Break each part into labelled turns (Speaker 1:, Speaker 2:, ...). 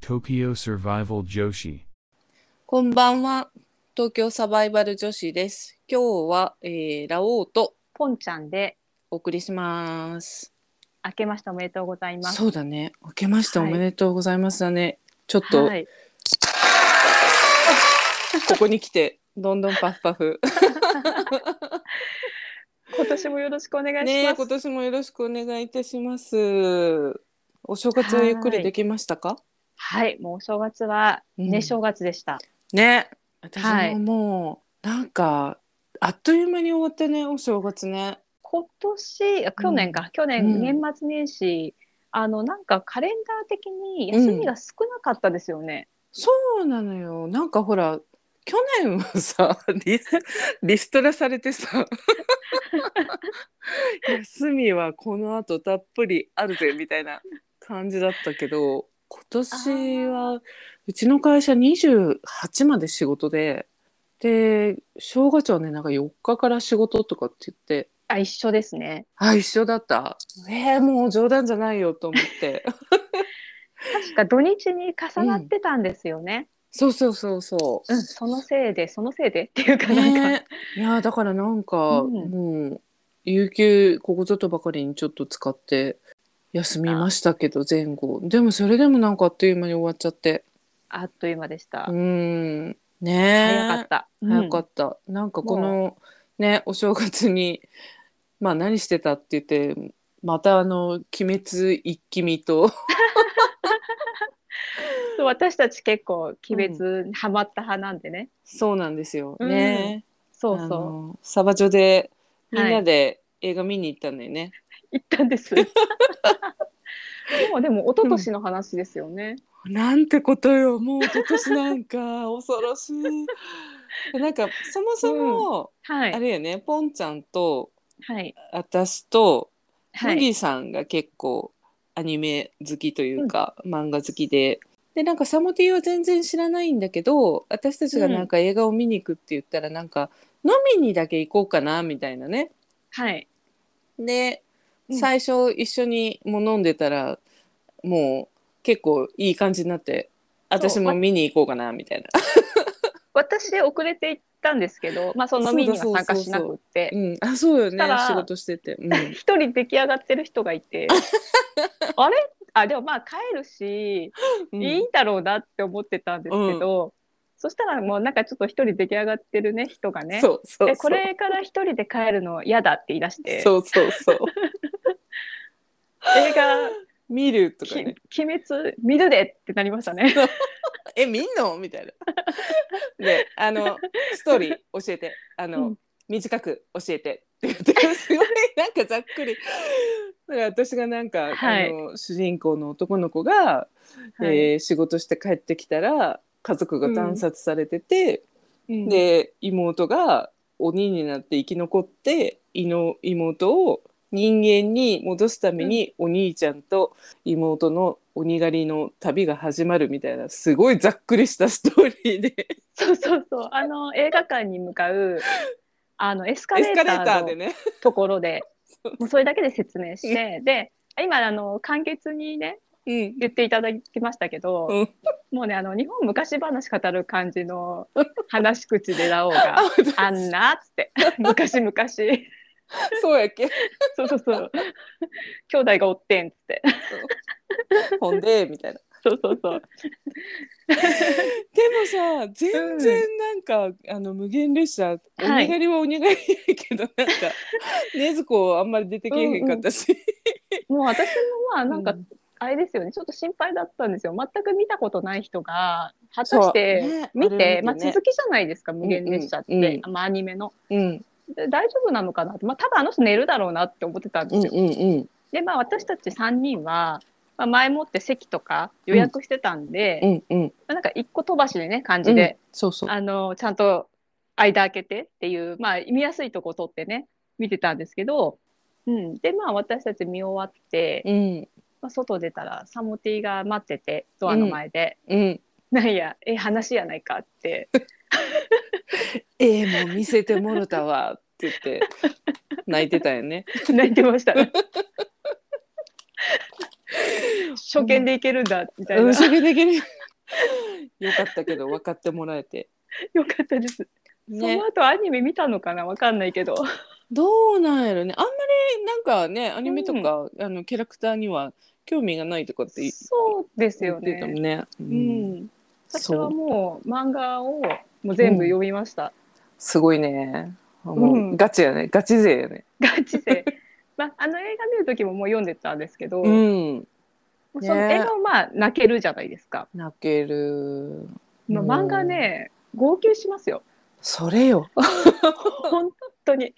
Speaker 1: Tokyo Survival Joshi.
Speaker 2: こんばんは。東京サバイバル女子です。今日は、えーラオウと
Speaker 3: ポンちゃんで
Speaker 2: お送りします。
Speaker 3: 明けましておめでとうございます。
Speaker 2: そうだね。明けましてお
Speaker 3: はい
Speaker 2: めでとうございますだね。ちょっと、
Speaker 3: はい、
Speaker 2: ここに来て、どんどんパフパフ。
Speaker 3: 今年もよろしくお願い
Speaker 2: ね
Speaker 3: し
Speaker 2: え
Speaker 3: ます。
Speaker 2: 今年もよろしくお願いいたします。お正月はゆっくりできましたか
Speaker 3: はい、もうお正月は
Speaker 2: う
Speaker 3: ね
Speaker 2: ん
Speaker 3: 正月でした。
Speaker 2: ね私
Speaker 3: はい
Speaker 2: ももう、なんか、あっという間に終わってね、お正月ね。
Speaker 3: 今年あ去年か、去
Speaker 2: うん
Speaker 3: 年年末年始、あのなんかカレンダー的に休みが少なかったですよね。
Speaker 2: そうなのよ。なんかほら、去年はさ、 リスリストラされてさ、 休みはこの後たっぷりあるぜみたいな感じだったけど、今年はうちの会社28まで仕事で、で、正月はね、なんか4日から仕事とかって言って、
Speaker 3: あ、一緒ですね。
Speaker 2: あ、一緒だった。えー、もう冗談じゃないよと思って。
Speaker 3: 確か土日に重なってたんですよね。
Speaker 2: そうそうそうそう。
Speaker 3: うん、そのせいでそのせいでっ ていうかなんか、
Speaker 2: ねえ、いやだからなんか、
Speaker 3: うん
Speaker 2: もう有給ここぞとばかりにちょっと使って休みましたけど前後でもそれでもなんかあっという間に終わっちゃって
Speaker 3: あっという間でした
Speaker 2: う。んねえ
Speaker 3: 早かった。
Speaker 2: 早か
Speaker 3: っ
Speaker 2: った、なんかこのねお正月にまあ何してたって言ってまたあの「鬼滅一気見」と
Speaker 3: た。私たち結構鬼滅にハマった派なんでね。
Speaker 2: そうなんですよ、
Speaker 3: うん
Speaker 2: ね
Speaker 3: そうそう
Speaker 2: あ。のサバジョでみん
Speaker 3: は
Speaker 2: ないで映画見に行ったんだよね、
Speaker 3: 行ったんです。もうでも一昨年の話ですよね。
Speaker 2: なんてことよもう今年なんか恐ろしい。なんかそもそも、
Speaker 3: は
Speaker 2: あ
Speaker 3: い
Speaker 2: れよねポンちゃんと
Speaker 3: はい
Speaker 2: 私と
Speaker 3: は
Speaker 2: 麦
Speaker 3: い。
Speaker 2: さんが結構アニメ好きというか、漫画好きで。でなんかサモティは全然知らないんだけど私たちがなんか映画を見に行くって言ったら、なんか飲みにだけ行こうかなみたいなね
Speaker 3: はい。
Speaker 2: で、
Speaker 3: うん
Speaker 2: 最初一緒にもう飲んでたらもう結構いい感じになって私も見に行こうかなみたいな。
Speaker 3: 私遅れて行ったんですけど、まあその飲みには参加しなくって、
Speaker 2: うん、あそうよね
Speaker 3: ただ
Speaker 2: 仕事してて、うん、
Speaker 3: 一人出来上がってる人がい て、あれ？あでもまあ帰るし、
Speaker 2: うん
Speaker 3: いいんだろうなって思ってたんですけど、そしたらもうなんかちょっと一人出来上がってるね人がね。
Speaker 2: そうそうそう
Speaker 3: えこれから一人で帰るの嫌だって言い出して
Speaker 2: そうそうそう
Speaker 3: 映画
Speaker 2: 見る
Speaker 3: 「
Speaker 2: とか
Speaker 3: き
Speaker 2: ね
Speaker 3: 鬼滅見るで!」ってなりましたね。
Speaker 2: え見んのみた いなであのストーリー教えてあの、
Speaker 3: うん
Speaker 2: 短く教えてって言ってすごいなんかざっくりだから私がなんか、
Speaker 3: はい
Speaker 2: あの主人公の男の子が、
Speaker 3: はい
Speaker 2: えー仕事して帰ってきたら家族が惨殺されてて、
Speaker 3: うん
Speaker 2: で妹が鬼になって生き残っていの妹を人間に戻すために、お兄ちゃんと妹の鬼狩りの旅が始まるみたいなすごいざっくりしたストーリー で
Speaker 3: そうそうそう。あの映画館に向かうあのエスカ
Speaker 2: エス
Speaker 3: レ
Speaker 2: カ
Speaker 3: ー
Speaker 2: レ
Speaker 3: タ
Speaker 2: ーター
Speaker 3: ー
Speaker 2: で
Speaker 3: の
Speaker 2: ね
Speaker 3: ところで、もうそれだけで説明して、で、今あの簡潔にね
Speaker 2: うん
Speaker 3: 言っていただきましたけど、
Speaker 2: うん
Speaker 3: もうねあの日本昔話語る感じの話し口でラオウが
Speaker 2: あ。
Speaker 3: あんなっつって昔々
Speaker 2: そうやっけ
Speaker 3: そうそうそう兄弟がおってんっつって
Speaker 2: ほんでみたいな
Speaker 3: そうそうそう
Speaker 2: でもさ全然なんか、あの無限列車鬼狩りは鬼狩りやけど、なんか禰豆子あんまり出てけえへんかったし、
Speaker 3: もう私もまあなんか、
Speaker 2: うん
Speaker 3: あれですよねちょっと心配だったんですよ全く見たことない人が果たして
Speaker 2: そうね
Speaker 3: 見
Speaker 2: あ
Speaker 3: て、
Speaker 2: れ見てね
Speaker 3: まあ、続きじゃないですか無限列車って、
Speaker 2: うんうん
Speaker 3: まあ、アニメの
Speaker 2: うん
Speaker 3: で大丈夫なのかなって、まあ、多分あの人寝るだろうなって思ってたんですよ、
Speaker 2: うんうん
Speaker 3: でまあ私たち3人は、まあ、前もって席とか予約してたんで、
Speaker 2: うんうん
Speaker 3: まあ、なんか一個飛ばしでね感じで、
Speaker 2: そうそう
Speaker 3: あのちゃんと間開けてっていう、まあ、見やすいとこ取ってね見てたんですけど、うん、でまあ私たち見終わって、
Speaker 2: うん
Speaker 3: まあ、外出たらサモティが待っててドアの前で、
Speaker 2: うん
Speaker 3: なんやええ話やないかって
Speaker 2: ええもう見せてもろたわって言って泣いてたよね。
Speaker 3: 泣いてました初見でいけるんだみたいな、
Speaker 2: うん、それできる。よかったけど分かってもらえて。
Speaker 3: よかったです。そ
Speaker 2: ね
Speaker 3: の、後アニメ見たのかなわかんないけど。
Speaker 2: どうなんやろねあんまりなんかねアニメとか、あのキャラクターには興味がないとかって
Speaker 3: そうです
Speaker 2: 言
Speaker 3: よ
Speaker 2: ってたも
Speaker 3: ね。
Speaker 2: んね。う
Speaker 3: うんん。私
Speaker 2: そう
Speaker 3: はもう漫画をもう全部読みました。
Speaker 2: すごいね。もう、
Speaker 3: うん
Speaker 2: ガチやねガチ勢やね。
Speaker 3: ガチ で。まあ、あの映画見る時ももう読んでたんですけど、も
Speaker 2: うん
Speaker 3: うその
Speaker 2: ね
Speaker 3: 映画はまあ泣けるじゃないですか。
Speaker 2: 泣ける。
Speaker 3: まあ
Speaker 2: うん
Speaker 3: 漫画ね、号泣しますよ。
Speaker 2: それよ。
Speaker 3: 本当に。
Speaker 2: い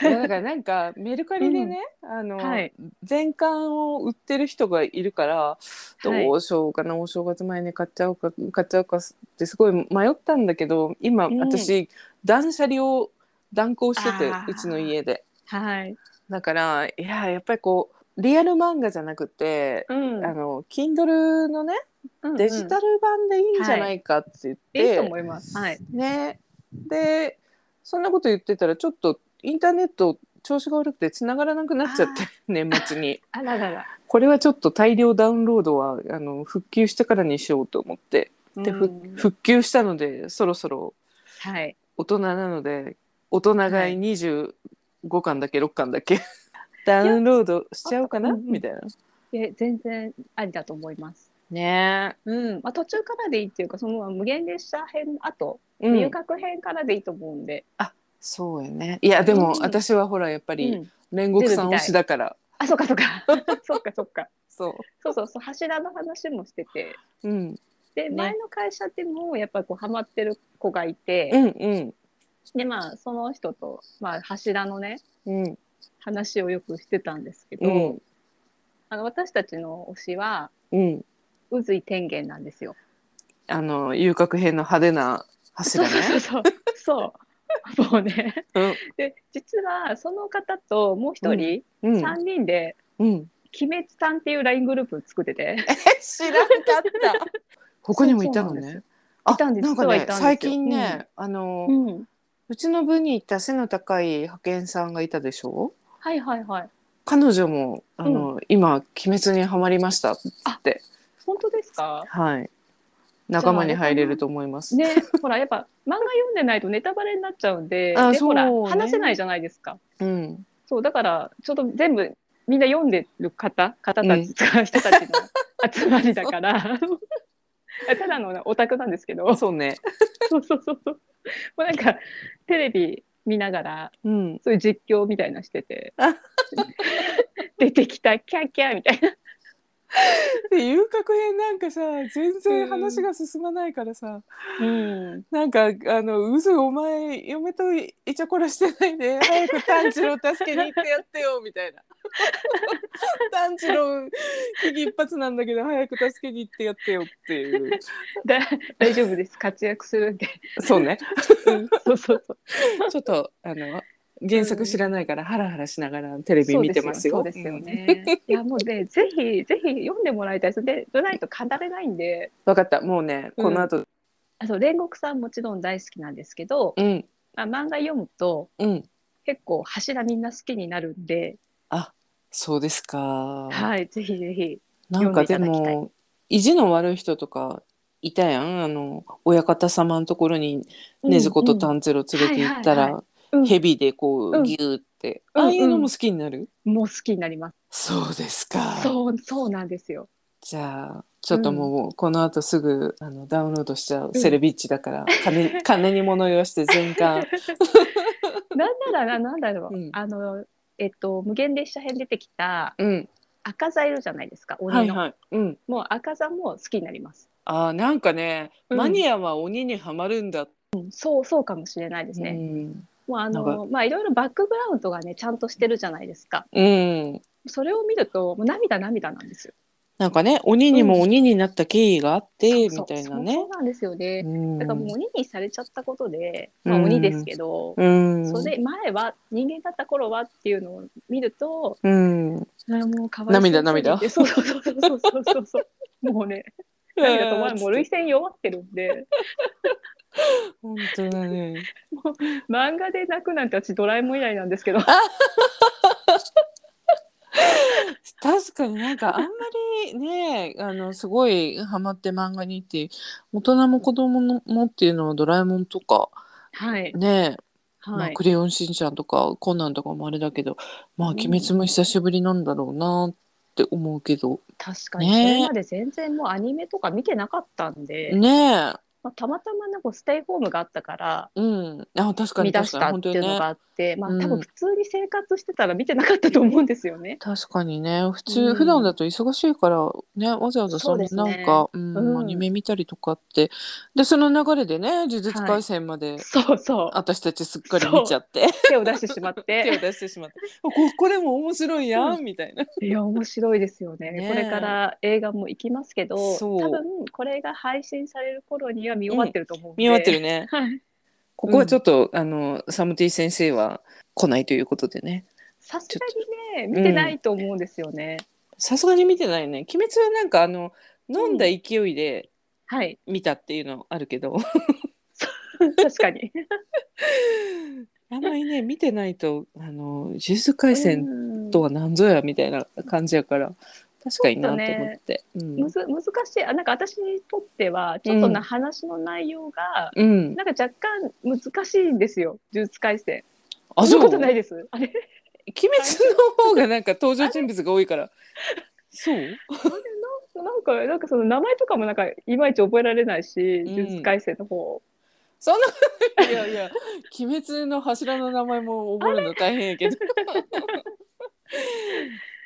Speaker 2: やだからなんかメルカリでね、あの、
Speaker 3: はい。
Speaker 2: 全巻を売ってる人がいるからどうしようかな、お正月前に買っちゃおうか買っちゃおうかってすごい迷ったんだけど今、
Speaker 3: うん
Speaker 2: 私断捨離を断行してて
Speaker 3: あー
Speaker 2: うちの家で
Speaker 3: はい。
Speaker 2: だからいややっぱりこうリアル漫画じゃなくて、
Speaker 3: うん
Speaker 2: あの Kindle のねデジタル版でいいんじゃないかって言っ
Speaker 3: うんうんいい
Speaker 2: て、
Speaker 3: と思います。はい。
Speaker 2: ねでそんなこと言ってたらちょっとインターネット調子が悪くて繋がらなくなっちゃって
Speaker 3: あ
Speaker 2: 年末に
Speaker 3: あららら。
Speaker 2: これはちょっと大量ダウンロードはあの復旧してからにしようと思ってで、ふ
Speaker 3: うん
Speaker 2: 復旧したのでそろそろ
Speaker 3: はい。
Speaker 2: 大人なので大人買い25巻だけ6巻だけダウンロードしちゃおうかな
Speaker 3: うんうん
Speaker 2: みたいな。
Speaker 3: え全然ありだと思います。
Speaker 2: ね
Speaker 3: うん。まあ、途中からでいいっていうか、その無限列車編の後、
Speaker 2: え、う
Speaker 3: 遊
Speaker 2: ん、
Speaker 3: 郭編からでいいと思うんで。
Speaker 2: そうやねいやでも
Speaker 3: うん
Speaker 2: 私はほらやっぱ
Speaker 3: う
Speaker 2: り
Speaker 3: ん
Speaker 2: 煉獄さん推しだから、
Speaker 3: あ、そっかそっか。 そっかそっか。
Speaker 2: そ
Speaker 3: そうそうそう、柱の話もしてて。
Speaker 2: う、うん、
Speaker 3: で、
Speaker 2: ね
Speaker 3: 前の会社でも、やっぱこう、ハマってる子がいて、
Speaker 2: うんうん
Speaker 3: で、まあ、その人と、まあ、柱のね、
Speaker 2: うん
Speaker 3: 話をよくしてたんですけど、
Speaker 2: うん
Speaker 3: あの私たちの推しは、
Speaker 2: うん
Speaker 3: 宇髄天元なんですよ。
Speaker 2: あの遊郭編の派手な
Speaker 3: そ
Speaker 2: 柱
Speaker 3: う
Speaker 2: ね
Speaker 3: そうそう。そう。そうね。
Speaker 2: うん
Speaker 3: で、実はその方ともう一人、
Speaker 2: うん
Speaker 3: 三人で、
Speaker 2: うん
Speaker 3: 鬼滅さんっていうライングループ作ってて、
Speaker 2: え知らなかった他にもいたの
Speaker 3: そうなんです
Speaker 2: ね
Speaker 3: よ
Speaker 2: あ
Speaker 3: いたんです
Speaker 2: なんか
Speaker 3: 実は
Speaker 2: ね
Speaker 3: いたんですよ
Speaker 2: 最近ね、あの、う
Speaker 3: うん、
Speaker 2: ちの部にいた背の高い派遣さんがいたでしょ
Speaker 3: はいはいはい。
Speaker 2: 彼女もあの、今「鬼滅」にはまりましたって
Speaker 3: 本当ですか
Speaker 2: はい仲間に入れると思います、
Speaker 3: ね、ほらやっぱ漫画読んでないとネタバレになっちゃうんで、
Speaker 2: あ
Speaker 3: で
Speaker 2: そう
Speaker 3: ほ
Speaker 2: ね
Speaker 3: ら話せないじゃないですか。
Speaker 2: うん
Speaker 3: そうだからちょっと全部みんな読んでる方方たち、人たちの集まりだから。 ただのねオタクなんですけど、
Speaker 2: そうね
Speaker 3: そうそうそうそう。もうなんかテレビ見ながら
Speaker 2: うん
Speaker 3: そういう実況みたいなしてて
Speaker 2: あ
Speaker 3: 出てきたキャーキャーみたいな。
Speaker 2: で遊郭編なんかさ全然話が進まないからさ、
Speaker 3: うん。
Speaker 2: なんかあの「うずお前嫁とイチャコラしてない で早く炭治郎助けに行ってやってよ」みたいな「炭治郎危機一髪なんだけど早く助けに行ってやってよ」っていう
Speaker 3: だ大丈夫です活躍するんで。
Speaker 2: そうね
Speaker 3: うんそうそうそう。
Speaker 2: ちょっとあの原作知らないからハラハラしながらテレビ
Speaker 3: そう
Speaker 2: 見
Speaker 3: で
Speaker 2: てますよ。
Speaker 3: そうですよね。いやもうねぜひぜひ読んでもらいたいです。でじゃないと語れないんで。
Speaker 2: 分かったもうねこの後
Speaker 3: あそう煉獄さんもちろん大好きなんですけど、
Speaker 2: うん
Speaker 3: まあ、漫画読むと
Speaker 2: うん、
Speaker 3: 結構柱みんな好きになるんで、
Speaker 2: そうですか。
Speaker 3: はいぜひぜひ。
Speaker 2: なんかで
Speaker 3: 読んでいただ
Speaker 2: も意地の悪い人とかいたやんあの親方様のところに禰豆子と
Speaker 3: うん
Speaker 2: 炭治郎連れて行った
Speaker 3: はい
Speaker 2: ら
Speaker 3: うん
Speaker 2: 蛇でこ
Speaker 3: う
Speaker 2: うんギューって、
Speaker 3: うん
Speaker 2: ああいうのも好きになる、
Speaker 3: うんもう好きになります。
Speaker 2: そうですか
Speaker 3: そうそうなんですよ。
Speaker 2: じゃあちょっともうこのあとすぐあのダウンロードしちゃうセレビッチだから、 金金に物言わして全巻
Speaker 3: なんならななんだろう、
Speaker 2: うん
Speaker 3: あのえっと無限列車編出てきた
Speaker 2: うん
Speaker 3: 赤座いるじゃないですか鬼の、
Speaker 2: はいはいうん
Speaker 3: もう赤座も好きになります、
Speaker 2: あーなんかね、
Speaker 3: うん
Speaker 2: マニアは鬼にはまるんだって
Speaker 3: うんそうそうかもしれないですね、もうあ
Speaker 2: なん
Speaker 3: のまあいろいろバックグラウンドがねちゃんとしてるじゃないですか
Speaker 2: うん、うん、
Speaker 3: それを見るともう涙涙なんですよ
Speaker 2: なんかね鬼にも鬼になった経緯があって、みたい
Speaker 3: そ
Speaker 2: な
Speaker 3: う
Speaker 2: ね
Speaker 3: そうなんですよね、
Speaker 2: だ
Speaker 3: だからもう鬼にされちゃったことで、まあ、
Speaker 2: うん
Speaker 3: 鬼ですけど、
Speaker 2: うん、
Speaker 3: それで前は人間だった頃はっていうのを見ると、
Speaker 2: うん、
Speaker 3: あもうかわい
Speaker 2: 涙
Speaker 3: そうす
Speaker 2: 涙
Speaker 3: ぎてそうそうそうそうそうそうそうもうね涙と前もう涙腺弱ってるんで
Speaker 2: 本当だね。
Speaker 3: 漫画で泣くなんて私ドラえもん以来なんですけど
Speaker 2: 確かになんかあんまりねあのすごいハマって漫画にっていう大人も子供のもっていうのは「ドラえもん」とか
Speaker 3: はい。
Speaker 2: ね、ま
Speaker 3: は
Speaker 2: あ
Speaker 3: い
Speaker 2: ク。レヨンしんちゃん」とか「コナン」とかもあれだけどまあ「
Speaker 3: うん
Speaker 2: 鬼滅」も久しぶりなんだろうなって思うけど
Speaker 3: 確かに、そ
Speaker 2: ね
Speaker 3: れまで全然もうアニメとか見てなかったんで、
Speaker 2: ねえ
Speaker 3: まあ、たまたまなんかステイホームがあったから、
Speaker 2: うんあ確か
Speaker 3: 見
Speaker 2: に
Speaker 3: 出
Speaker 2: 確
Speaker 3: し
Speaker 2: かに
Speaker 3: たっ
Speaker 2: 本
Speaker 3: て
Speaker 2: 当
Speaker 3: い
Speaker 2: に
Speaker 3: うの
Speaker 2: ね
Speaker 3: があって、まあ
Speaker 2: うん
Speaker 3: 多分普通に生活してたら見てなかったと思うんですよね。
Speaker 2: 確かにね普通、
Speaker 3: うん
Speaker 2: 普段だと忙しいからねわざわざそんな
Speaker 3: そうですね
Speaker 2: なんかう、
Speaker 3: うん
Speaker 2: ん、アニメ見たりとかってでその流れでね「呪術廻戦」まで
Speaker 3: そうそう。
Speaker 2: 私たちすっかり見ちゃって
Speaker 3: 手を出してしま っ
Speaker 2: 手を
Speaker 3: て。
Speaker 2: 出してしまって ここれも面白いやんみたいない
Speaker 3: や、面白いですよね。
Speaker 2: ねえ
Speaker 3: これから映画も行きますけど、
Speaker 2: そう
Speaker 3: 多分これが配信される頃には見終わってると思うんで。
Speaker 2: 見終わってる。ね
Speaker 3: はい。
Speaker 2: ここはちょっと、あのサムティ先生は来ないということでね
Speaker 3: さすがにね、見てないと思うんですよね。
Speaker 2: さすがに見てないね鬼滅はなんかあの飲んだ勢いで
Speaker 3: はい。
Speaker 2: 見たっていうのあるけど、
Speaker 3: 確 かに。
Speaker 2: あんまりね見てないとあの呪術廻戦
Speaker 3: うん
Speaker 2: とは何ぞやみたいな感じやから確かになと思
Speaker 3: ちょっとね
Speaker 2: って、
Speaker 3: むず難しいあなんか私にとってはちょっと
Speaker 2: う
Speaker 3: な
Speaker 2: ん
Speaker 3: 話の内容が、
Speaker 2: うん、うん、
Speaker 3: なんか若干難しいんですよ呪術廻戦
Speaker 2: あそ
Speaker 3: そん
Speaker 2: う
Speaker 3: な
Speaker 2: 鬼
Speaker 3: ことな
Speaker 2: 滅
Speaker 3: いですあれ
Speaker 2: の方がなんか登場人物が多いからそう
Speaker 3: なんかなんかその名前とかもなんかいまいち覚えられないし、
Speaker 2: ん
Speaker 3: 呪術廻戦の方
Speaker 2: そんないやいや鬼滅の柱の名前も覚えるの大変やけど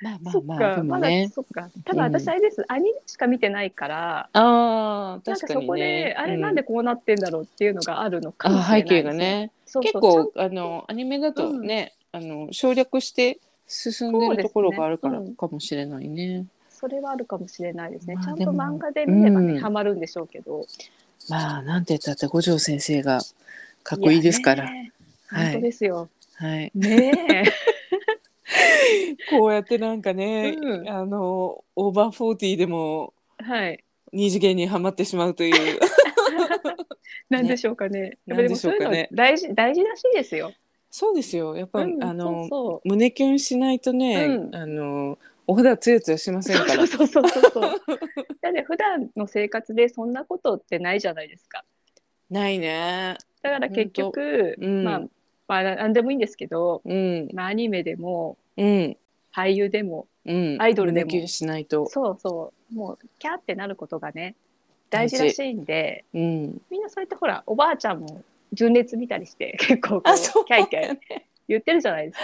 Speaker 2: まあま
Speaker 3: そ
Speaker 2: あ
Speaker 3: っ
Speaker 2: まあ
Speaker 3: か、
Speaker 2: でも
Speaker 3: まだ
Speaker 2: ね
Speaker 3: そっかただ
Speaker 2: う
Speaker 3: 私
Speaker 2: ん
Speaker 3: あれです、アニメしか見てないから
Speaker 2: ああ
Speaker 3: なんか
Speaker 2: 確か
Speaker 3: そ
Speaker 2: に
Speaker 3: こで
Speaker 2: ね
Speaker 3: あれなんでこうなってんだろうっていうのがあるのか
Speaker 2: うん
Speaker 3: も
Speaker 2: あ
Speaker 3: しれない
Speaker 2: 背景
Speaker 3: です
Speaker 2: がね
Speaker 3: そう
Speaker 2: 結
Speaker 3: そう
Speaker 2: 構あのアニメだと
Speaker 3: うん
Speaker 2: ね、あの省略して進んでるところがあるから
Speaker 3: そうですね
Speaker 2: かもしれないね。
Speaker 3: それはあるかもしれないですね、
Speaker 2: まあ
Speaker 3: ちゃん
Speaker 2: で
Speaker 3: と
Speaker 2: も
Speaker 3: 漫画で見れば
Speaker 2: う
Speaker 3: ね
Speaker 2: ん
Speaker 3: ハマ、るんでしょうけど
Speaker 2: まあなんて言ったって五条先生がかっこいいですから。
Speaker 3: やね
Speaker 2: はい
Speaker 3: 本当ですよ、
Speaker 2: はい、
Speaker 3: ね
Speaker 2: こうやってなんかね、
Speaker 3: うん
Speaker 2: あのオーバーフォーティーでも
Speaker 3: え はい
Speaker 2: 二次元にはまってしまうという
Speaker 3: なんでしょうかねやっ
Speaker 2: な
Speaker 3: ぱり
Speaker 2: んでしょうかね
Speaker 3: そういうの大事大事らしいですよ、
Speaker 2: そうですよやっぱ、
Speaker 3: うん
Speaker 2: あの
Speaker 3: そう
Speaker 2: 胸キュンしないとね、
Speaker 3: うん
Speaker 2: あのお肌ツヤツヤしません
Speaker 3: そ う
Speaker 2: から
Speaker 3: そうそうそうそうそうだって普段の生活でそんなことってないじゃないですか
Speaker 2: ないね
Speaker 3: だから結局、
Speaker 2: 本当うん
Speaker 3: まあまあなんでもいいんですけど、
Speaker 2: うん
Speaker 3: まあ、アニメでも
Speaker 2: うん
Speaker 3: 俳優でも
Speaker 2: うん
Speaker 3: アイドルでも
Speaker 2: 胸キュンしないと
Speaker 3: そうそうもうキャーってなることがね大事らしいんで
Speaker 2: うん
Speaker 3: みんなそうやってほらおばあちゃんも純烈見た りして結構こ
Speaker 2: あそう
Speaker 3: うキャイキャイ言ってるじゃないです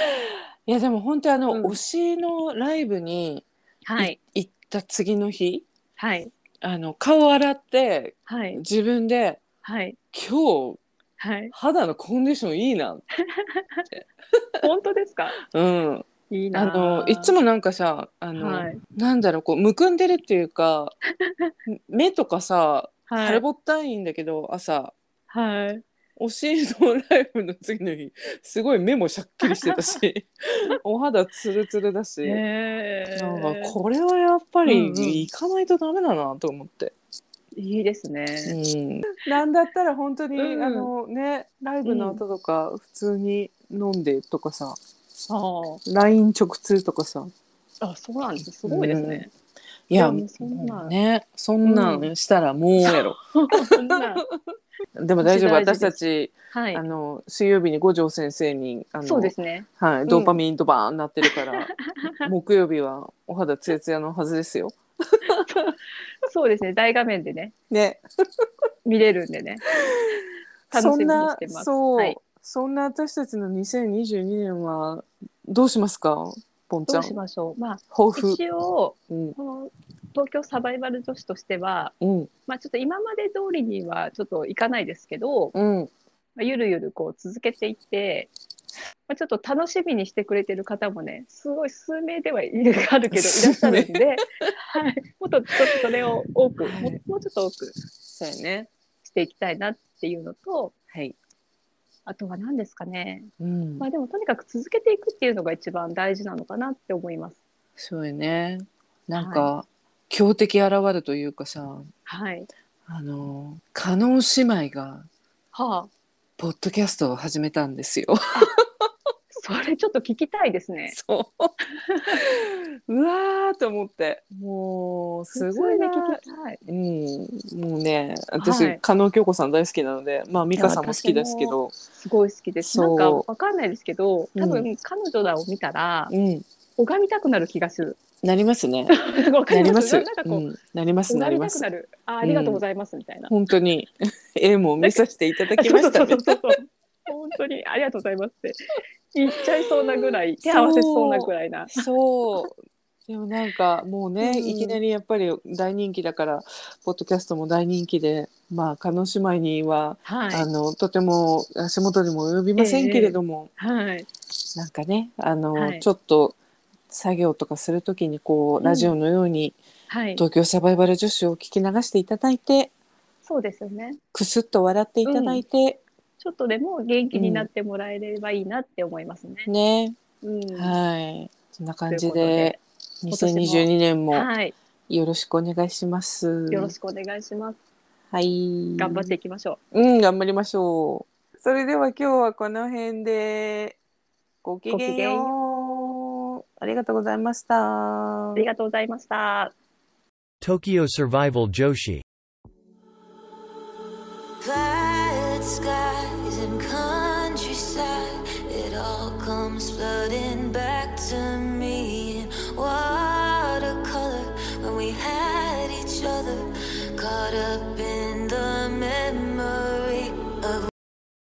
Speaker 2: いやでも本当あの、
Speaker 3: うん
Speaker 2: 推しのライブに
Speaker 3: か。はい
Speaker 2: 行った次の日
Speaker 3: はい
Speaker 2: あの顔洗って
Speaker 3: はい
Speaker 2: 自分で
Speaker 3: はい
Speaker 2: 今日
Speaker 3: はい
Speaker 2: 肌のコンディションいいな、
Speaker 3: 本当ですか
Speaker 2: うん、
Speaker 3: いいな
Speaker 2: あのいつ
Speaker 3: も
Speaker 2: もなんかさあの、
Speaker 3: はい
Speaker 2: なんだろうこうむくんでるっていう か目とかさ腫
Speaker 3: は
Speaker 2: れ
Speaker 3: い、
Speaker 2: ぼったいんだけど、朝
Speaker 3: はい、
Speaker 2: 推しのライブの次の日すごい目もしゃっきりしてたし お肌ツルツルだし、
Speaker 3: え
Speaker 2: なんかこれはやっぱり
Speaker 3: うんうん
Speaker 2: 行かないとダメだなと思って。
Speaker 3: いいですね、
Speaker 2: うんなんだったら本当に、
Speaker 3: うん
Speaker 2: あのねライブの後とか普通に飲んでとかさ、LINE 直通とかさ
Speaker 3: ああそうなんですすごいで すね、
Speaker 2: いや
Speaker 3: いやもうそんなん
Speaker 2: ねそんなんしたらもうやろ、
Speaker 3: そんな
Speaker 2: でも大丈夫
Speaker 3: 大事で
Speaker 2: 私
Speaker 3: す
Speaker 2: たち、
Speaker 3: はい
Speaker 2: あの水曜日に五条先生にあの
Speaker 3: そうですね
Speaker 2: はい、
Speaker 3: ん
Speaker 2: ドーパミンドバーンなってる から、木曜日はお肌ツヤツヤのはずですよ。
Speaker 3: そうですね大画面でね
Speaker 2: ね
Speaker 3: 見れるんでね楽
Speaker 2: そん
Speaker 3: しみに
Speaker 2: な
Speaker 3: してます
Speaker 2: そう、
Speaker 3: はい
Speaker 2: そんな私たちの2022年はどうしますかポンちゃ
Speaker 3: どうんし
Speaker 2: 抱
Speaker 3: ましょうまあ
Speaker 2: 負。
Speaker 3: 一応
Speaker 2: うん
Speaker 3: この東京サバイバル女子としては、
Speaker 2: うん
Speaker 3: まあ、ちょっと今まで通りにはちょっといかないですけど、
Speaker 2: うん
Speaker 3: まあ、ゆるゆるこう続けていって、まあ、ちょっと楽しみにしてくれてる方もねすごい数名ではいるあるけどいらっしゃるんで、はい、もっとちょっとそれを多く、
Speaker 2: はい
Speaker 3: もうもうちょっと多く
Speaker 2: そうやね
Speaker 3: していきたいなっていうのと
Speaker 2: はい、
Speaker 3: あとは何ですかね、
Speaker 2: うん
Speaker 3: まあ、でもとにかく続けていくっていうのが一番大事なのかなって思います。
Speaker 2: そうやねなんか、強敵現るというかさ
Speaker 3: はい、
Speaker 2: あの加納姉妹が
Speaker 3: はあ
Speaker 2: ポッドキャストを始めたんですよ。
Speaker 3: それちょっと聞きたいですね。
Speaker 2: そううわーとと思ってもうす
Speaker 3: す
Speaker 2: ご
Speaker 3: ごい
Speaker 2: い
Speaker 3: ね
Speaker 2: ね
Speaker 3: 聞
Speaker 2: 聞き
Speaker 3: きたい。
Speaker 2: うん、もうね私、
Speaker 3: はい
Speaker 2: 加納京子さん大好きなのでまあ美香さんも好きですけど
Speaker 3: すごい好きです。
Speaker 2: そ
Speaker 3: なん
Speaker 2: う
Speaker 3: かわかんないですけど、多
Speaker 2: う
Speaker 3: 分彼女らを見たら、
Speaker 2: うん
Speaker 3: 拝みたくなる気がする。
Speaker 2: なりますね
Speaker 3: わか
Speaker 2: なり
Speaker 3: りま。
Speaker 2: ますす
Speaker 3: なんか
Speaker 2: う
Speaker 3: こう、
Speaker 2: んなりますな
Speaker 3: 拝
Speaker 2: りま
Speaker 3: みたく
Speaker 2: す
Speaker 3: なる。あ、ありがとうございますみたいな。
Speaker 2: 本当に 絵も見させていただきました ね
Speaker 3: そうそうそうそう。本当にありがとうございますって言っちゃいそうなぐらい、手合わせそうなぐらいな。
Speaker 2: そう。でもなんかもうね、
Speaker 3: うん
Speaker 2: いきなりやっぱり大人気だからポッドキャストも大人気でまあ鹿児島には、
Speaker 3: はい
Speaker 2: あのとても足元にも及びませんけれども、
Speaker 3: はい。
Speaker 2: なんかねあの、
Speaker 3: はい
Speaker 2: ちょっと作業とかするときにこ
Speaker 3: うん
Speaker 2: うラジオのように
Speaker 3: はい。
Speaker 2: 東京サバイバル女子を聞き流していただいて
Speaker 3: そうですよね。
Speaker 2: くすっと笑っていただいて、
Speaker 3: ちょっとでも元気になってもらえればいいなって思いますね。
Speaker 2: ね、
Speaker 3: うん。
Speaker 2: はいそんな感
Speaker 3: という
Speaker 2: じ
Speaker 3: こと
Speaker 2: で
Speaker 3: 今年も
Speaker 2: 2022年も
Speaker 3: はい。
Speaker 2: よろしくお願いします。
Speaker 3: よろしくお願いします。
Speaker 2: はい。
Speaker 3: 頑張っていきましょう。
Speaker 2: うん、頑張りましょう。それでは今日はこの辺で、ごきげんよう。ありがとうございました
Speaker 3: あ。りがとうございました。
Speaker 4: Tokyo Survival Joshi.
Speaker 5: Violet skies and countryside, it all comes flooding back to me. And what